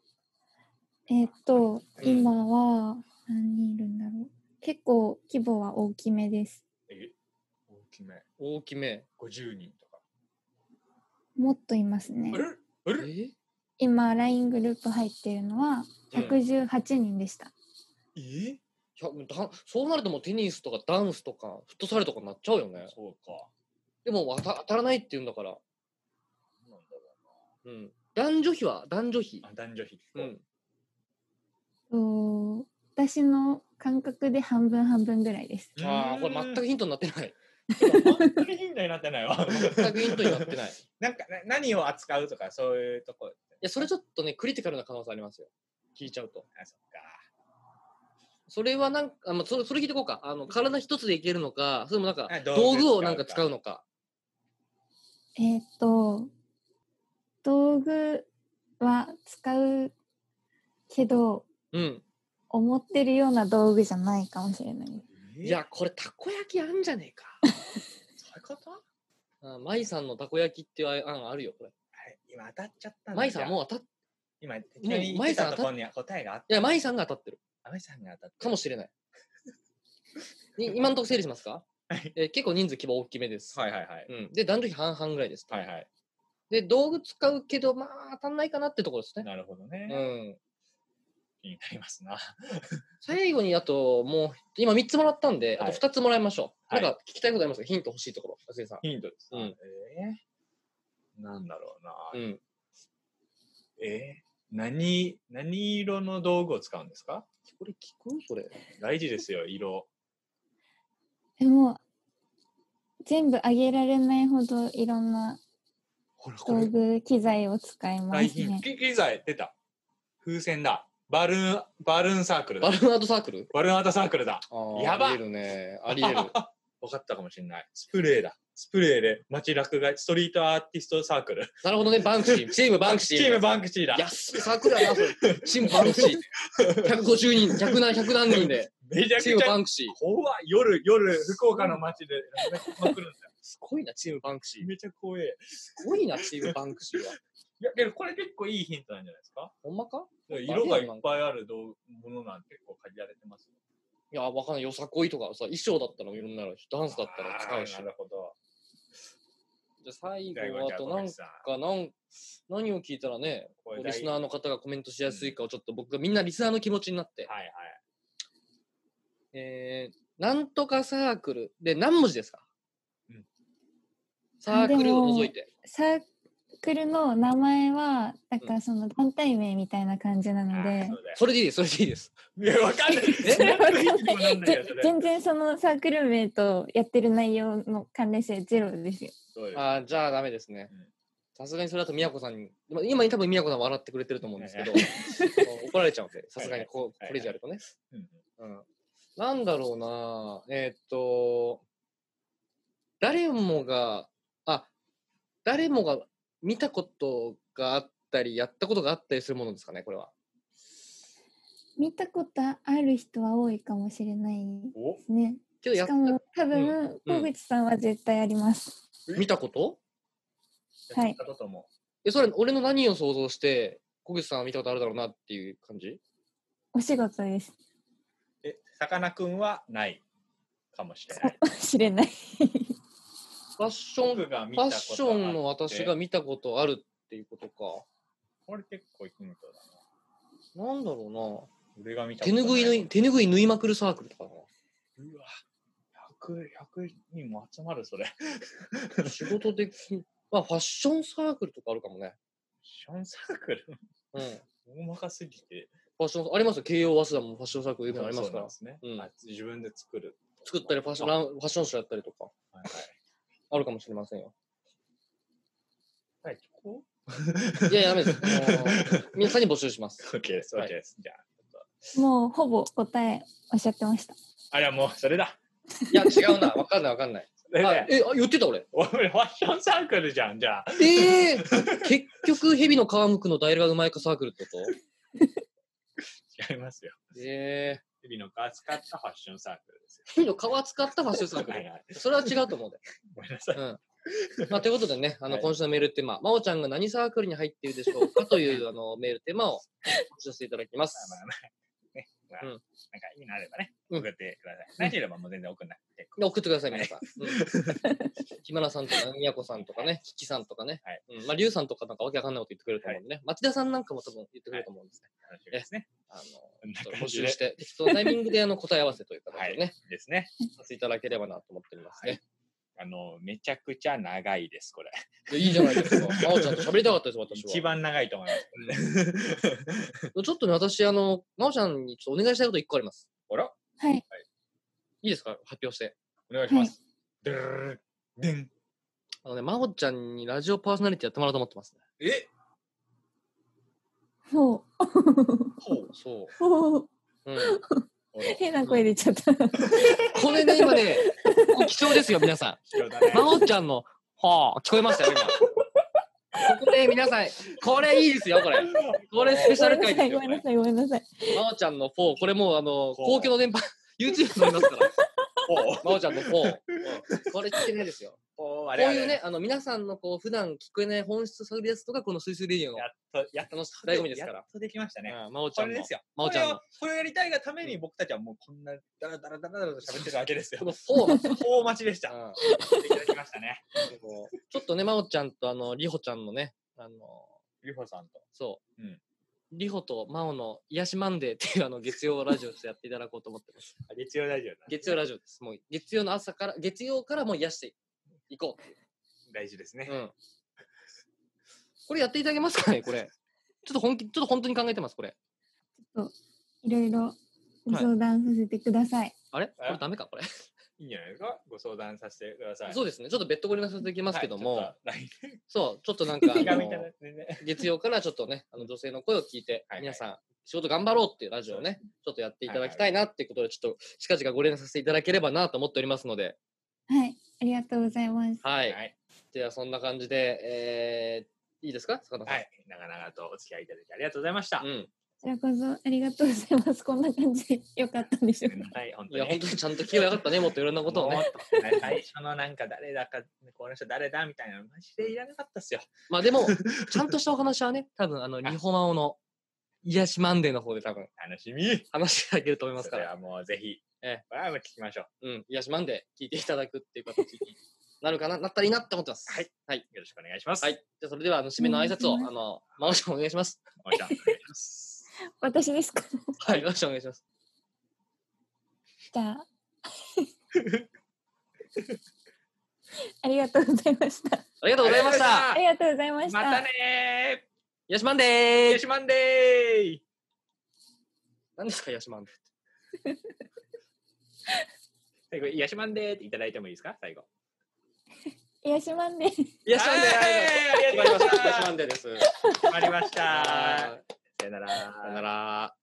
えーっと、
うん
今は何人いるんだろう。結構規模は大きめです。
え大きめ。
大きめ。
50人とか。
もっといますね。
あれ
え
今、LINE グループ入ってるのは
うん
118人でした。
え
いやだそうなるともうテニスとかダンスとかフットサルとかになっちゃうよね。
そうか。
でもわた当たらないって言うんだから。
なんだろ
うん。男女比は男女比
う。あ男女比。
うん。
と私の感覚で半分半分ぐらいです。
ああ、これ全くヒントになってない。
全くヒントになってないわ。
全くヒントになって ない。い
なんかな何を扱うとかそういうとこ。
や、それちょっとね、クリティカルな可能性ありますよ。聞いちゃうと。
あそっか。
それはなんか、あまあ、それ、それ聞いてこうか。あの、体一つでいけるのか、それもなんか
あ、道
道
具
具をなんか使うのか。
えーっと、道具は使うけど、
うん。
思ってるような道具じゃないかもしれない。
いや、これ、たこ焼きあんじゃねえか。
そういうことは
あマイさんのたこ焼きっていう案あるよ、これ。
い今当たっちゃったんだ
マイさんもう当たっ、
じ
い
ゃあ今適当に言ってたところに答えがあった。
や、マイさんが当たってる。
あまいさんが当たった。
かもしれない。 に今のところ整理しますか、
はい
えー結構人数規模大きめです。
はいはいはい。
うん。で、男女比半々ぐらいです。
はいはい。
で、道具使うけど、まあ、当たんないかなってところですね。
なるほど
う
ね。
ん。
気になりますな。
最後にあともう今3つもらったんで、
はい
あと2つもらいましょう、
はい
なんか聞きたいことありますかヒント欲しいところ安井さん
ヒントです
うん
えーなんだろうな。
うん
えー何、何色の道具を使うんですか
これ聞くそれ
大事ですよ、色。
でも、全部あげられないほどいろんな
ほら、こ
道
れ、
具、機材を使いま
大
す
品。
ね。
機機材出た。風船だ。バルーン、バルーンサークル
バ
だ
ル。ーンアートサークル
バルーンアートサークルだ。
あー
やば
ありえるねありえる
分かったかもしれない。スプレーだ。スプレーで街落書き、ストリートアーティストサークル。
なるほどねバンクシ ーチームバンクシー
チームバンクシーだ
い。やサークルやなそれチームバンクシー150人100何100何人で
めちゃく
チ
ち
ーム
ゃ
バンクシー
怖い。夜、夜、福岡の街で、めっちゃ来るんだよ。
すごいなチームバンクシー
めちゃ怖え。
すごいなチームバンクシーはい
や、けどこれ結構いいヒントなんじゃないですか
ほんまか
色がいっぱいある道具ものなんて結構限られてますよ。
いやわかんないよさこいとかさ衣装だったらいろんなのあるしダンスだったら使うし
あーなるほど。
じゃあ最
じゃあ
後はあとなん
じゃあご
かなん何を聞いたらね
これ
こう
大
リスナーの方がコメントしやすいかをちょっと僕がみんなリスナーの気持ちになって、
めんなさいはいはい。
えー、なんとかサークルで何文字ですか、
うん
サークルを除いて
サークルの名前は、なんかその団体名みたいな感じなの
あ
で
ー、そうだよ
それでいいですそれでいいです
いや、わかんない。
わかんない
何の意味にもなんないよそれ
ぜ全然そのサークル名とやってる内容の関連性ゼロですよ。
そうよ
あーじゃあダメですね
うん
さすがにそれだと宮子さんにまあ今に多分宮子さん笑ってくれてると思うんですけど怒られちゃうんでさすがにこう
はいはい
これ以上やるとね、
うん
うん、なんだろうなえーっと誰もがあ誰もが見たことがあったりやったことがあったりするものですかねこれは
見たことある人は多いかもしれないで
お
すね。
けど
し
やっ
かも多分、
うん
小口さんは絶対あります。
見たこと
はい
やったことも。
えそれ俺の何を想像して小口さんは見たことあるだろうなっていう感じ
お仕事です。
え、さかなクンはないかもしれない。
知れない。
ファッション、
僕が見
フ
た
ァ
こ
ッ
と
ションの
があって
私が見たことあるっていうことか。
これ結構ヒントだな。
なんだろ
俺が見
う
た
な。手ぬぐい
い
の、手ぬぐい縫いまくるサークルとか
うわ、100、100人も集まる、それ。
かな。仕事で、まあファッションサークルとかあるかもね。
ションサークル
うん。
大まかすぎて。
ファッション、ありますよ。慶応早稲田もファッションサークルいくのあります
そう
か
なん
ら
で。すね。
うん
あ自分で作る。
作ったりファッション、ランファッションショーやったりとか、
はいはい。
あるかもしれませんよ。
はい、聞こ
いや、やめです。もう皆さんに募集します。
う ?OK です、OK です。じゃ
もうほぼ答えおっしゃってました。
あ、あれはもう、それだ。
いや、違うな。わかんない、わかんない。
それ
あ
で、
え、あ言ってた俺。
俺、ファッションサークルじゃん、じゃあ。
ええ結局、蛇の皮むくのダイレがうまいかサークルってこ
違いますよ。
とええ
ヘビの皮使ったファッションサークルですよ。
蛇の皮使ったファッションサーク
はい
ル。
はい。
それは違うと思うで。
ごめんなさい。
うん。まあ、ということでね、あの、
はい
今週のメールテーマ、真央ちゃんが何サークルに入っているでしょうかという、あの、メールテーマをお知らせいただきま
まあ
す
ま。あまあ。ね。まあ、
うん
なんかいいのあればね、
うん
送ってください。なければもう全然送んなくて結構。
で送ってください、皆さん。うん、木村さんとか、宮子さんとかね、キキさんとかね。
はい
うん、まあ、龍さんとかなんかわけわかんないこと言ってくれると思うんでね。町田さんなんかも多分言ってくれると思うんですね。
楽しみですね。
あの、ち
こんな
ょっと
感
募
じ
集
で
して、適当なタイミン グであの答え合わせという形でね、
ですね。
させていただければなと思っておりますね。
あの、めちゃくちゃ長いです、これ。
いや、いいじゃないですか。真央ちゃんと喋りたかったです、私は。
一番長いと思います。
ちょっとね、私、あの、真央ちゃんにちょっとお願いしたいこと一個あります。
あら
はい。
いいですか発表して。
お願いします。でるでん。
あのね、真央ちゃんにラジオパーソナリティやってもらおうと思ってますね。
え
ほ。
そう
ほう。
う。うん。
変な声出ちゃった。
これね、今ね、ここ貴重ですよ、皆さん。まおちゃんの、はあ、聞こえましたよ、今。ここで皆さん、これいいですよ、これ。これスペシャル回ですよ、
ご
こ
めんな
れ。
さい、ごめんなさい。
まおちゃんのフォー、これもう、あの、
フォー
公共の電波、YouTube に載りますから、
おう
まおちゃんのフォー。これ聞けないですよ。
おうあ
こう
れあれ
いうね、あの、皆さんの、こう、普段聞こえない本質を探り出すとが、このスイスイレディオの
やっと、やっ
楽しい
と、
醍醐味ですか
や
ら
っ。とできましたね。
うんまおち
こ
ゃん
れ
の
です、よ。
まおちゃんの
これをこれをやりたいがために僕たちはもうこんなダラダラダラダラと喋ってるわけですよ
こ。のフォーなんですよ
大待ちでした。
うん
いただきましたね。
こ うちょっとね、まおちゃんと、あの、りほちゃんのね、あの、
ゆほさんと。
そう。
うん
リホとマオの癒しマンデーっていうあの月曜ラジオをちょっとやっていただこうと思ってます。
あ月曜ラジオだ
月曜ラジオです。もう月曜の朝から、月曜からもう癒していこ
大事です
う。
ね
う。ん。これやっていただけますかね、これ。ちょっと本気、ちょっと本当に考えてます、これ。
いろいろご相談させてください。
あれこ
え
れダメか、これ。
いいんじゃないですかご相談させてください。
そう
う
ですね。ちょっと別途ご連絡させていきますけども、
来
そう、ちょっとなん か、あ
年がみたいな
の
全然
月曜からちょっとね、あの女性の声を聞いて、
はいはい
皆さん、仕事頑張ろうっていうラジオをね、ちょっとやっていただきたいなっていうことで、ちょっと近々ご連絡させていただければなと思っておりますので、
はい。ありがとうございます。
はい。
はい。
ではそんな感じで、えー、いいですか坂田さん。
はい。長々とお付き合いいただきありがとうございました。
うん。
こちらこそありがとうございます。こんな感じでよかったんでしょうか。
はい、本
い
当
や、
に。
本当にちゃんと聞けばよかったね、もっといろんなことを
も
ね。
っとね最初のなんか誰だか、この人誰だみたいなの、マジでいらなかったっすよ。
まあでも、ちゃんとしたお話はね、多分、あの、リホマオの癒しマンデーの方で多分、
楽しみ
話していただけると思います
そ
か
れ
ら、
はもうぜひ、
ええ
これはもう聞きましょう。
うん、癒しマンデー聞いていただくっていう形になるかな、なったらいいなって思ってます。
はい。
はい。
よろしくお願いします。
はい。。じゃあそれでは、あの、締めの挨拶を、
お願いします
あの、マオちゃんお願い します。
お 願いします。
私で すか
はい、マオちゃんお願いします。
じゃあ。 ありがとうございました。
ありがとうございまし
あ
た。
ありがとうございまし
またね
癒しマン
ー
デ
よ
ー
しマンデー
何ですか、癒しマンデー。
最後、ヤシマンデーっていただいてもいいですか最後。
癒しマンデー。
癒しマンデー
はいありが
決
とうございま
まりまし。
した
癒しマンデーです。
決まりまし
さ
た。
よ
さよなら。
なら。